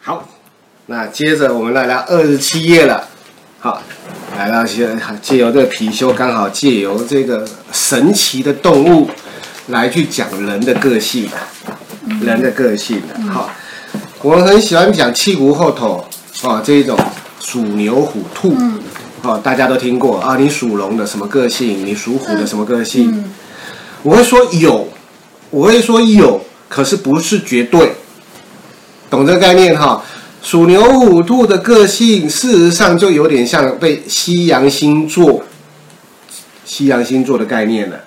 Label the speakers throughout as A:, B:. A: 好，那接着我们来聊二十七页了。好，来到借借由这个貔貅，刚好借由这个神奇的动物来去讲人的个性，人的个性的。好，我很喜欢讲气骨后头哦，这一种属牛、虎、兔，哦，大家都听过啊。你属龙的什么个性？你属虎的什么个性？我会说有，我会说有，可是不是绝对，懂这个概念哈？属牛虎兔的个性，事实上就有点像被西洋星座、西洋星座的概念了。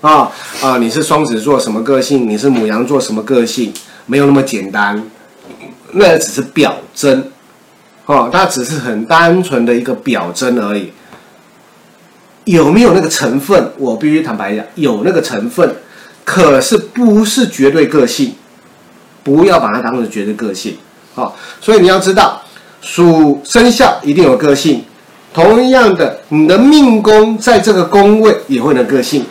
A: 啊啊，你是双子座什么个性？你是母羊座什么个性？没有那么简单，那只是表征，哦，它只是很单纯的一个表征而已。有没有那个成分？我必须坦白讲，有那个成分，可是不是绝对个性，不要把它当成绝对个性。好、所以你要知道，属生肖一定有个性，同样的，你的命宫在这个宫位也会有个性，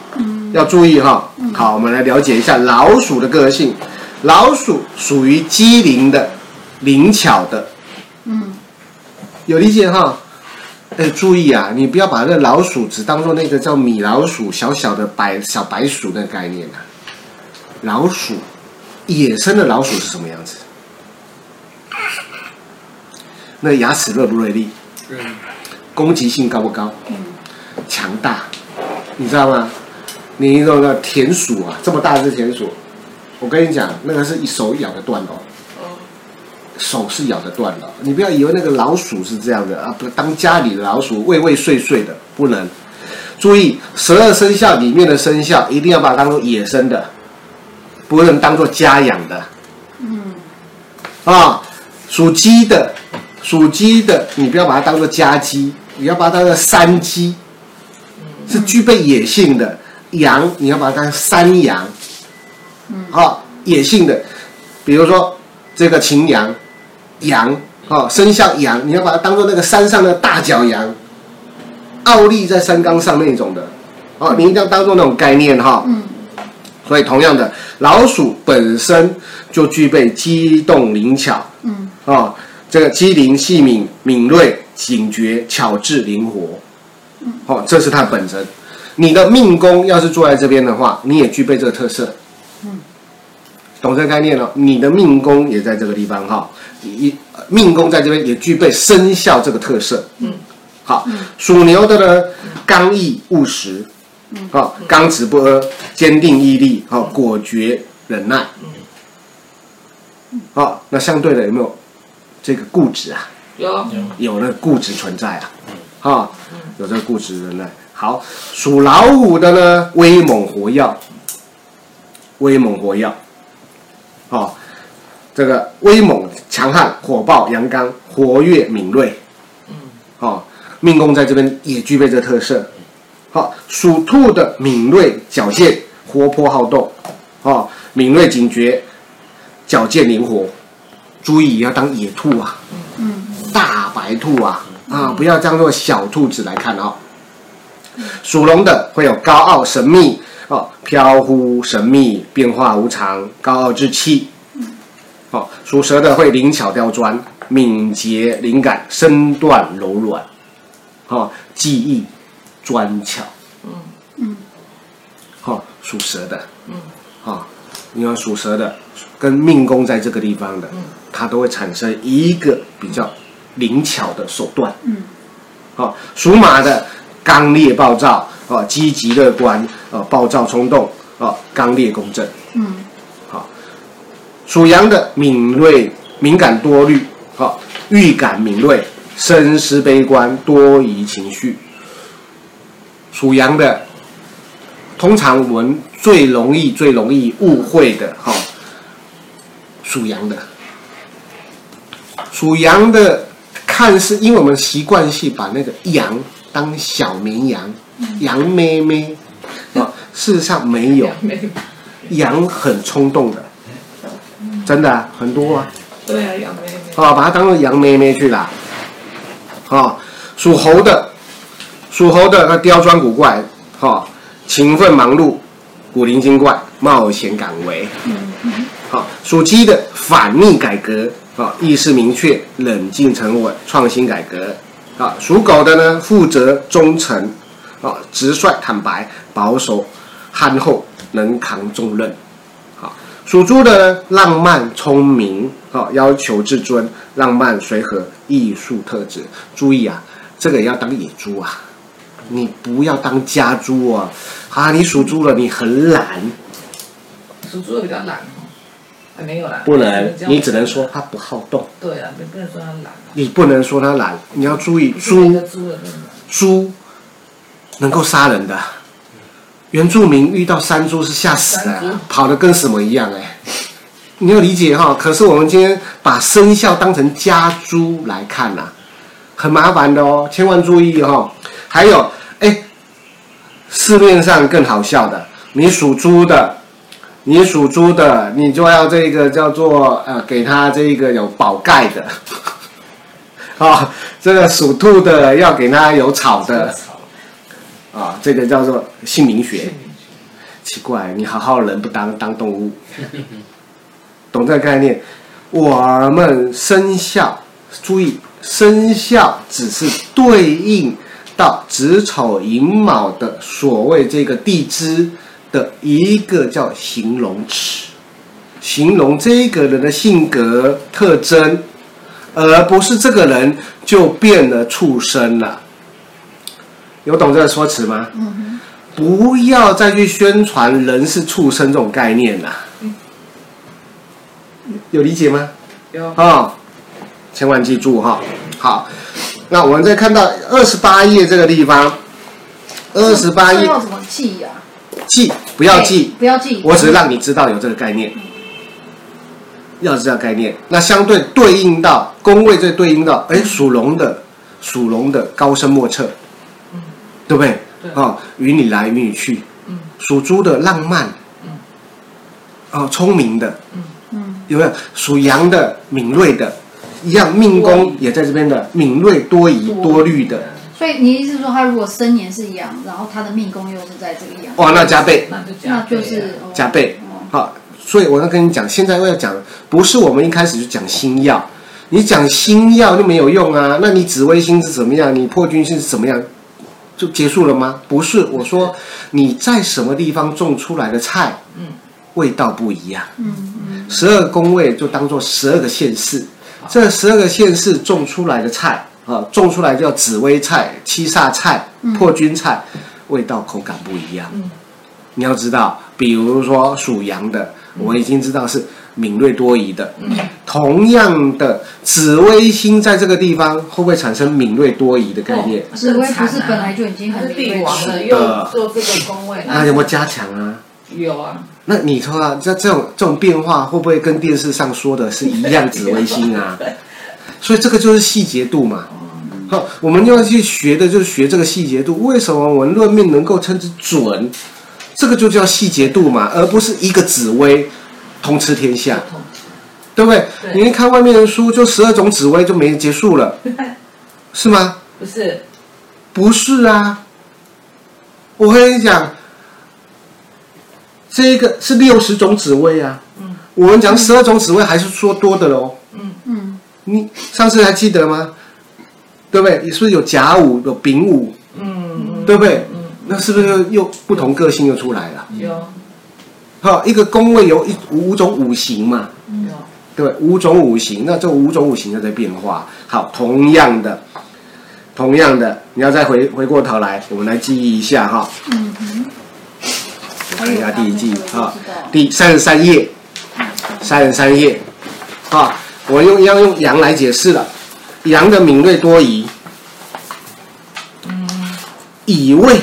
A: 要注意哈、好，我们来了解一下老鼠的个性。老鼠属于机灵的、灵巧的，
B: 嗯，
A: 有理解哈？哎，注意啊，你不要把那老鼠只当做那个叫米老鼠、小小的白小白鼠那个概念啊。老鼠，野生的老鼠是什么样子？那牙齿锐不锐利？
C: 嗯，
A: 攻击性高不高？强大，你知道吗？你那个田鼠啊，这么大只田鼠，我跟你讲，那个是一手咬得断的哦，手是咬得断的哦。你不要以为那个老鼠是这样的啊，不当家里的老鼠畏畏碎碎的，不能。注意，十二生肖里面的生肖一定要把它当做野生的，不能当做家养的。啊，属鸡的，属鸡的，你不要把它当做家鸡，你要把它当做山鸡，是具备野性的。羊，你要把它当山羊，好、野性的，比如说这个秦羊，羊，好、生肖羊，你要把它当做那个山上的大脚羊，傲立在山岗上那种的，哦，你一定要当做那种概念哈、所以同样的，老鼠本身就具备机动灵巧，
B: 嗯，
A: 哦，这个机灵细敏、敏锐、警觉、巧智、灵活，哦，这是它本身。你的命宫要是坐在这边的话，你也具备这个特色，嗯，懂这个概念了、你的命宫也在这个地方哈，一呃命宫在这边也具备生肖这个特色，嗯，好，属牛的呢，刚毅务实，好，刚直不阿，坚定毅力，好，果决忍耐。好，那相对的有没有这个固执啊？
C: 有
A: 有那个固执存在啊，哈，有这个固执存在。好，属老虎的呢，威猛活跃，威猛活跃，哦，这个威猛、强悍、火爆、阳刚、活跃、敏锐，哦，命宫在这边也具备这特色。好、属兔的敏锐、矫健、活泼好动，哦，敏锐警觉，矫健灵活，注意要当野兔啊。大白兔啊啊，不要当做小兔子来看哦。属龙的会有高傲、神秘哦，飘忽、神秘、变化无常、高傲之气。哦，属蛇的会灵巧刁钻、敏捷、灵感、身段柔软，哦，技艺专巧。嗯嗯，哦，属蛇的，嗯，哦，你要属蛇的跟命宫在这个地方的，它都会产生一个比较灵巧的手段。嗯，哦，属马的刚烈暴躁，哦，积极乐观，哦，暴躁冲动，哦，刚烈公正。
B: 嗯，
A: 好、属羊的敏锐、敏感多虑，好、预感敏锐，深思悲观，多疑情绪。属羊的，通常我们最容易、最容易误会的，哈、属羊的，属羊的看是因为我们习惯性把那个羊当小绵羊、羊妹妹，啊、事实上没有。
C: 没
A: 羊很冲动的，真的啊、很多啊，
C: 对啊，杨妹妹，
A: 啊、把它当做羊妹妹去啦。啊、属猴的，属猴的那刁钻古怪，哈、勤奋忙碌，古灵哦精怪，冒险敢为。好、属鸡的反逆改革，啊、啊，意识明确，冷静沉稳，创新改革。啊，属狗的呢，负责忠诚，啊，直率坦白，保守憨厚，能扛重任。啊，属猪的呢，浪漫聪明，啊，要求至尊，浪漫随和，艺术特质。注意啊，这个要当野猪啊，你不要当家猪啊。啊，你属猪了，你很懒，
B: 属猪的比较懒，还没有啦。
A: 不能
B: 这，样
A: 你只能说他不好动，
B: 对啊，你不能说他懒。
A: 你不能说他懒，你要注意
B: 不是每个
A: 猪
B: 猪的那种
A: 猪能够杀人的，原住民遇到山猪是吓死
B: 山猪
A: 的，跑的跟什么一样哎、你要理解哈、可是我们今天把生肖当成家猪来看呐、很麻烦的哦，千万注意哈、还有哎，市面上更好笑的，你属猪的。你属猪的，你就要这个叫做呃，给他这个有宝盖的， 啊、这个属兔的要给他有草的
B: 草，
A: 啊、这个叫做姓名学
B: 去。你去
A: 奇怪，你好好人不当当动物， 懂这个概念？我们生肖，注意生肖只是对应到子丑寅卯的所谓这个地支的一个叫形容词，形容这个人的性格特征，而不是这个人就变了畜生了。有懂这个说辞吗？不要再去宣传人是畜生这种概念了、有理解吗？
B: 有
A: 啊、千万记住哈、好，那我们再看到二十八页这个地方，二十八
C: 这
A: 页
C: 要怎么记呀、
A: 记不
C: 不
A: 要记，
C: 不要记。
A: 我只是让你知道有这个概念，要知道概念。那相对对应到宫位，最对应到哎属龙的，属龙的高深莫测，对不对？
B: 对
A: 哦，与你来与你去，
B: 嗯
A: 属猪的浪漫，哦，聪明的，
C: 嗯，
A: 有没有属羊的敏锐的？一样命宫也在这边的敏锐多疑多虑的，
C: 所以你意思是说，他如果生年是羊，然后他的命宫又是在这个羊，
A: 哇，那加倍。
B: 那就加
C: 那
B: 倍
C: 就
B: 啊
C: 是哦
A: 哦加倍
C: 哦。
A: 好，所以我要跟你讲，现在要讲，不是我们一开始就讲新药，你讲新药就没有用啊。那你紫微星是怎么样？你破军星是怎么样？就结束了吗？不是，我说你在什么地方种出来的菜，
B: 嗯，
A: 味道不一样。
C: 嗯嗯，
A: 十二宫位就当做十二个县市，这十二个县市种出来的菜啊，种出来叫紫薇菜、七煞菜、破军菜，味道口感不一样。
B: 嗯
A: 你要知道，比如说属羊的，我已经知道是敏锐多疑的。
B: 嗯
A: 同样的，紫微星在这个地方会不会产生敏锐多疑的概念？
B: 哦
C: 紫薇不
B: 很
C: 是
B: 惨啊
C: 本来就已经
B: 他
C: 很
B: 是
C: 敏锐
B: 帝王
C: 了，
B: 的，又做这个宫位，
A: 呃那有没有加强啊？
B: 有啊，
A: 那你说啊，这这种这种变化会不会跟电视上说的是一样紫微星啊？ 所以这个就是细节度嘛。好，我们要去学的就是学这个细节度。为什么我们论命能够称之准？这个就叫细节度嘛，而不是一个紫薇通吃天下，对不对？
B: 对
A: 你一看外面的书，就十二种紫薇就没结束了，是吗？
B: 不是
A: 不是啊，我跟你讲，这个是六十种紫薇啊。
B: 嗯
A: 我们讲十二种紫薇还是说多的喽。
C: 嗯，
A: 你上次还记得吗？对不对？你是不是有甲午有丙午，
B: 嗯
A: 对不对？
B: 嗯
A: 那是不是又又不同个性又出来了？
B: 有
A: 哈，一个宫位有一五种五行嘛，
B: 有
A: 对，五种五行，那这五种五行又在变化。好，同样的，同样的，你要再回回过头来，我们来记忆一下哈。
C: 嗯嗯，
A: 我看一下第一季啊
C: 知道，
A: 第三十三页，三十三页啊，我用要用羊来解释了，羊的敏锐多疑，乙未，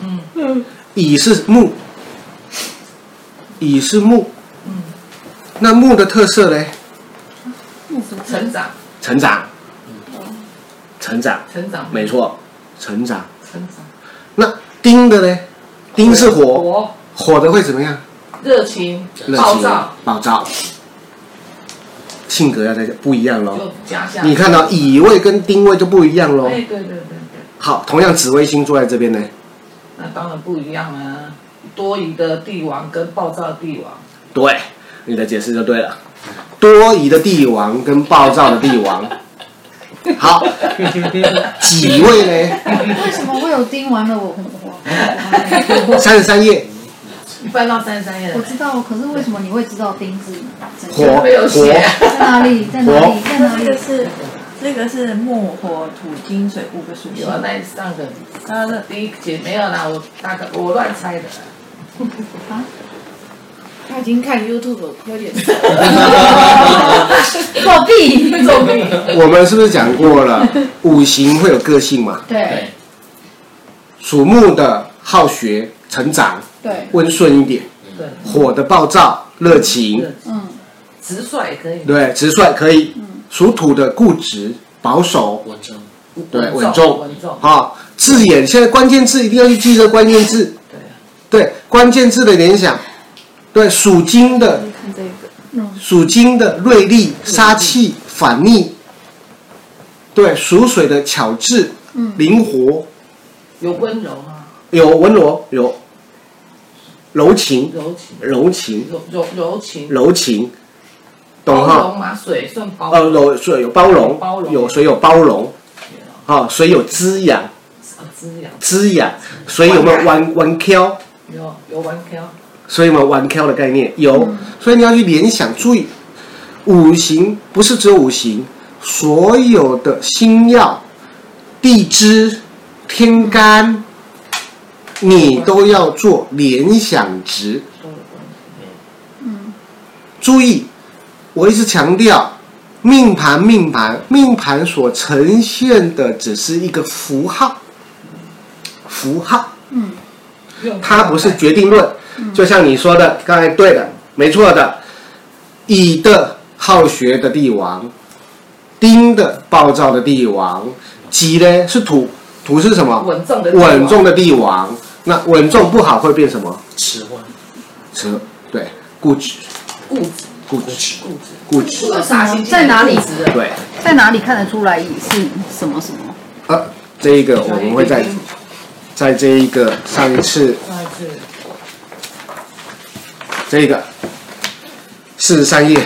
B: 嗯
C: 嗯
A: 乙是木，乙是木，
B: 嗯，
A: 那木的特色嘞？
C: 木福成
B: 成长
A: 成长，成长，
B: 成长
A: 没错，成长。
B: 成长，
A: 那丁的嘞？丁是火，
B: 火
A: 火的会怎么样？
B: 热情
A: 热情
B: 暴躁，
A: 暴躁，性格要在这不一样喽。
B: 就加下
A: 你看到、哦乙位跟丁位就不一样喽。
B: 哎对对对对，
A: 好，同样紫微星坐在这边呢，
B: 那当然不一样啊，多疑的帝王跟暴躁帝王，
A: 对，你的解释就对了。多疑的帝王跟暴躁的帝王。 好，几位呢？
C: 为什么会有丁完了我很 慌？
A: 三十三页，
B: 一般到三十三页
C: 我
B: 的，
C: 知道，可是为什么你会知道丁字呢？真
A: 火
C: 的
B: 没有
A: 火
B: 写，
C: 在哪里？在哪里？在哪
D: 那这个
C: 里？
D: 是这个是木火土金水木的属性
B: 有。啊，那上个
D: 它的
B: 第一节没有啦，我大概我乱猜的啦，
C: 啊
E: 他已经看 YouTube 科学，
C: 作弊！
B: 作弊，
A: 我们是不是讲过了？五行会有个性嘛？
C: 对
A: 属木的好学、成长、
C: 对，
A: 温顺一点；
B: 对，
A: 火的暴躁、热情，
C: 嗯，
B: 直率也可以，
A: 对，直率可以；属土的固执、保守，
F: 文章
A: 对
B: 稳
A: 稳重
B: 稳重，
A: 哈、字眼现在关键字一定要去记这个关键字，
B: 对，
A: 对，关键字的联想，对，属金的
E: 看这个，
A: 属金的锐利、杀气、反逆，对，属水的巧智、
C: 嗯
A: 灵活，
B: 有温柔啊，
A: 有温柔，有柔情，
B: 柔情，
A: 柔情，
B: 柔柔柔情，
A: 柔情，懂
B: 包
A: 哈？
B: 容嘛，水算包
A: 呃，
B: 容，
A: 柔水有包容，
B: 包容
A: 有水有包容，哈、水有滋养，
B: 啊滋养，
A: 滋养，水有没有弯弯挑？
B: 有有哦弯挑，
A: 所以我们玩 Q 的概念有，
B: 嗯
A: 所以你要去联想，注意五行不是只有五行，所有的星耀、地支、天干，你都要做联想值。
B: 都有关
C: 嗯
A: 注意，我一直强调，命盘命盘命盘所呈现的只是一个符号，符号。
C: 嗯，
B: 系，用
A: 它不是决定论。就像你说的，刚才对的，没错的。乙的好学的帝王，丁的暴躁的帝王，己呢是土，土是什么？
B: 稳重的地方
A: 稳重的帝王。那稳重不好会变什么？
F: 迟缓
A: 蛇，对，固执，
B: 固执
A: 固
F: 不
A: 执，
F: 止
A: 固
B: 固执，
A: 执，
B: 有啥心机
C: 在哪里
B: 固执的
A: 对。
C: 在哪里看得出来是什么什么？
A: 呃，这一个我们会在在这一个上一次
B: 上一次
A: 这个四十三页，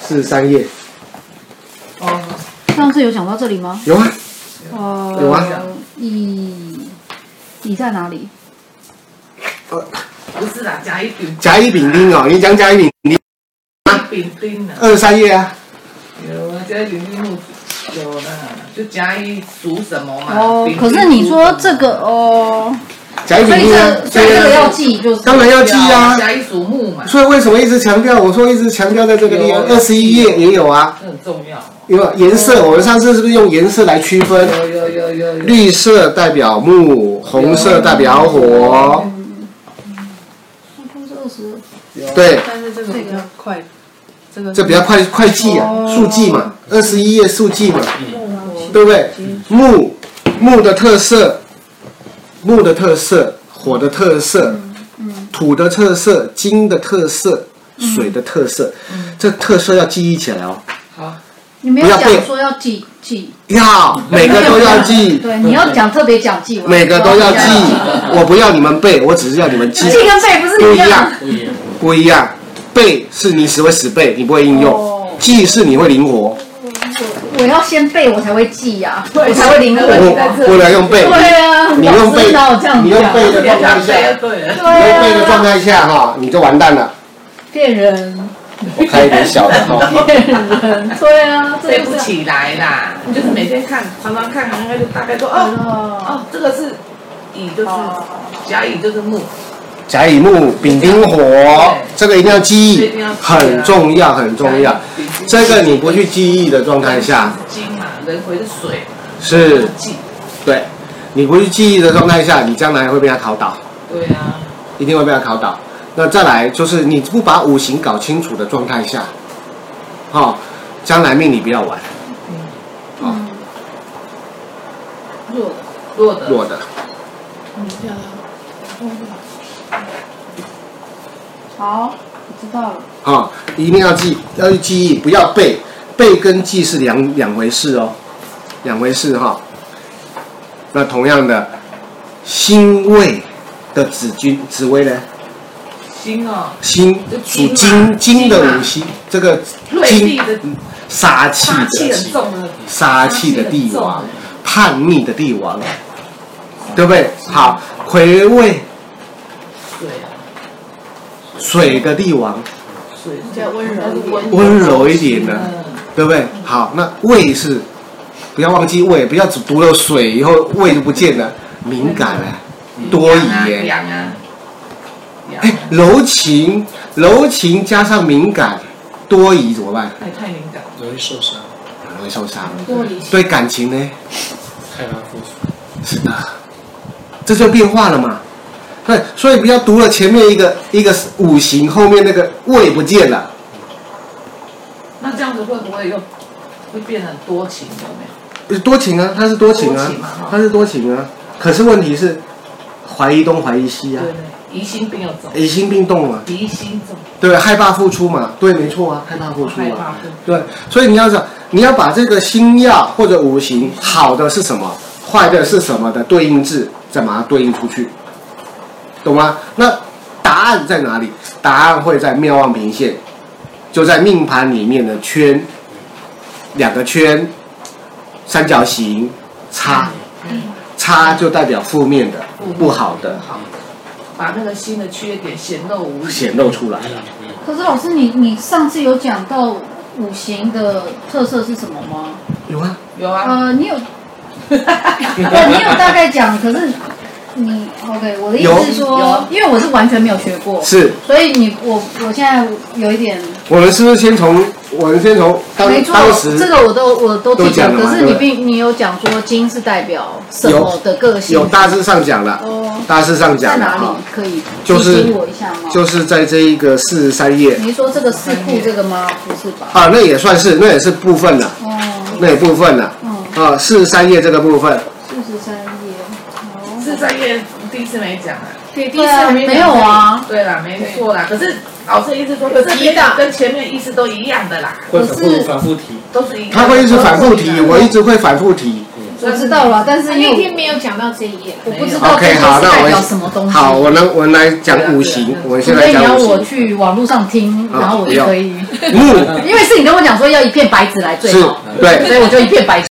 A: 四十三页
B: 哦，
C: 上次有讲到这里吗？
A: 有啊，
C: 哦，
A: 有啊
C: 乙乙在哪里？
A: 呃，
B: 不是啦，甲乙丙
A: 甲乙丙丁哦，你讲甲乙丙丁
B: 甲乙丙丁啊，
A: 二十三页啊，
B: 有啊，甲乙丙丁木有啦，就甲乙属什么
A: 啊
B: 嘛？
C: 哦
B: 丙，丁
C: 可是你说
B: 属什
C: 这
B: 么
C: 个哦，
A: 甲乙
C: 所
A: 丙
C: 以
A: 丁啊
C: 这，所以这个要记，就是
A: 当然要记啊。
B: 甲乙属木嘛，
A: 所以为什么一直强调？我说一直强调在这个地方，
B: 有啊
A: 二十一页也有啊，
B: 这很重要哦。
A: 有颜色。我们上次是不是用颜色来区分？
B: 有有有有有，
A: 绿色代表木，红色代表
B: 啊
A: 火。
C: 那就是二十
A: 对，
E: 但是这个比较快，这个
A: 这比较快快记啊，
B: 哦
A: 速记嘛，二十一页速记嘛，对不对？木木的特色，木的特色，火的特色，
B: 嗯
A: 土的特色，金的特色，水的特色，
B: 嗯
A: 这特色要记忆起来哦。
B: 好，
C: 你没
A: 不
C: 有
A: 要
C: 讲
A: 背
C: 说要记记，
A: 要每个都要记，
C: 对，你要讲特别讲记，我
A: 每个都 要记。我不要你们背，我只是要你们记，
C: 记跟哎背不
A: 不
C: 是
A: 一
C: 一样
A: 样，
F: 不一样，
A: 不一样。背是你只会死背，你不会应
C: 哦
A: 用；记是你会灵活。
C: 我要先背，我才会记呀、我才会灵活。
A: 我我来用背。
C: 对啊，
A: 你
C: 老
A: 用
C: 师
A: 背
C: 哪有这样
A: 你
C: 讲
A: 用背的状态
B: 两
A: 下
B: 杯，对了，
A: 没有背
C: 对
A: 的
C: 啊，
A: 状态下哈，你就完蛋了。
C: 骗人，
A: 我开一点小的哈，
C: 骗人，对啊，这
B: 背
C: 就
B: 不
C: 是这样。
B: 起来啦。你就是每天看，常常看，大概就大概都哦
C: 哦，
B: 哦，这个是乙就是甲乙就是木，
A: 甲乙木丙丁火，这个一定要记忆，很重要很重要。这个你不去记忆的状态下，
B: 金嘛，人回是水嘛，
A: 是
B: 金，
A: 对，你不去记忆的状态下，你将来会被他考倒，
B: 对啊，
A: 一定会被他考倒。那再来就是你不把五行搞清楚的状态下，哦，将来命理不要玩
C: 嗯，
E: 弱的，
B: 弱的
A: 弱的。
E: 嗯，漂亮，
C: 好，我哦知道了。
A: 啊、一定要记，要去记忆，不要背。背跟记是两两回事哦，两回事哈、那同样的，辛未的子君紫薇呢？
B: 金哦，
A: 金属金金的五行，这个
B: 瑞
A: 金
B: 地的
A: 杀气
B: 杀气
A: 的
B: 很重的，
A: 杀气的帝王
B: 杀气很重，
A: 叛逆的帝王，对不对？好，癸未
B: 对啊，
A: 水的帝王，
B: 水
E: 比较温柔一点
A: 温柔一点的，
B: 嗯，
A: 对不对？好，那胃是不要忘记胃，不要只读了水以后胃就不见了，敏感了，多疑耶。
B: 痒嗯啊，痒
A: 哎，
B: 啊，
A: 柔情，柔情加上敏感，多疑怎么办？
B: 太太敏感了，
F: 容易受伤，
A: 很容易受伤。
E: 玻璃心
A: 对感情呢？
F: 害怕付出。
A: 是的，这就变化了嘛。对，所以不要读了前面一个一个五行，后面那个胃不见了。
B: 那这样子会不会又会变得很多情？有没有？
A: 多情啊，他是多情啊
B: 多情嘛哈，
A: 他是多情啊。可是问题是，怀疑东怀疑西啊，
B: 对对，疑心病又重，
A: 疑心病动嘛，
B: 疑心重，
A: 对不对？害怕付出嘛，对，没错啊，害怕付出
B: 害
A: 啊，
B: 怕不
A: 对。所以你要想，你要把这个星耀或者五行好的是什么，坏的是什么的对应字，再把它对应出去，懂吗？那答案在哪里？答案会在妙望平线，就在命盘里面的圈，两个圈，三角形，叉。
C: 嗯
A: 差就代表负面的、不好的
B: 好，把那个心的缺点显露无遗。
A: 显露出来。
F: 嗯嗯，
C: 可是老师，你你上次有讲到五行的特色是什么吗？
A: 有啊，
B: 有啊，
C: 呃，你有，对，你有大概讲，可是你 OK，我的意思是说
B: 有，
C: 因为我是完全没有学过，
A: 啊是
C: 所以你我我现在有一点
A: 我们是不是先从我们先从当
C: 没错
A: 当，
C: 这
A: 时
C: 个我都我都
A: 都
C: 记
A: 讲
C: 得，
A: 了嘛
C: 可是
A: 对
C: 你
A: 不对
C: 并你有讲说金是代表什么的个性？
A: 有大致上讲了，
C: 哦，
A: 大致上
C: 在
A: 讲了
C: 哪里
A: 啊，
C: 可以
A: 就
C: 提
A: 是
C: 醒我一下吗？
A: 就是在这一个四十三页
C: 你说这个四库这个吗？不是吧？
A: 啊，那也算是那也是部分了，
C: 哦，
A: 那也部分了
C: 嗯，
A: 啊，四十三页这个部分
C: 四十三页。哦
B: 是专业第一次没讲啊。
E: 对，第
C: 对啊，没有啊，
B: 对啦，没错啦。可是老师的意思说，可是
E: 提到
B: 跟前面意思都一样的啦，
F: 会反复反复提，
B: 都是一样的。
A: 他会一直反复
B: 都
A: 提，
B: 是一样的
A: 我一直会反复提。
C: 我知道了，但是
E: 那嗯
C: 因
E: 那
C: 为
E: 天没有讲到这一页，
C: 我不知道这
A: OK，
C: 个
A: 好，
C: 是
A: 那
C: 代表什么
A: 我
C: 东西。
A: 好，我能我们来讲五行
B: 对啊对啊，
A: 我们
C: 除
A: 先来
C: 非你要
A: 讲
C: 我
A: 五行。
C: 去网络上听，
A: 啊
C: 然后我就
A: 不要
C: 可以，
A: 木
C: 因为是你跟我讲说要一片白纸来最
A: 是
C: 好，，
A: 对，
C: 所以我就一片白纸。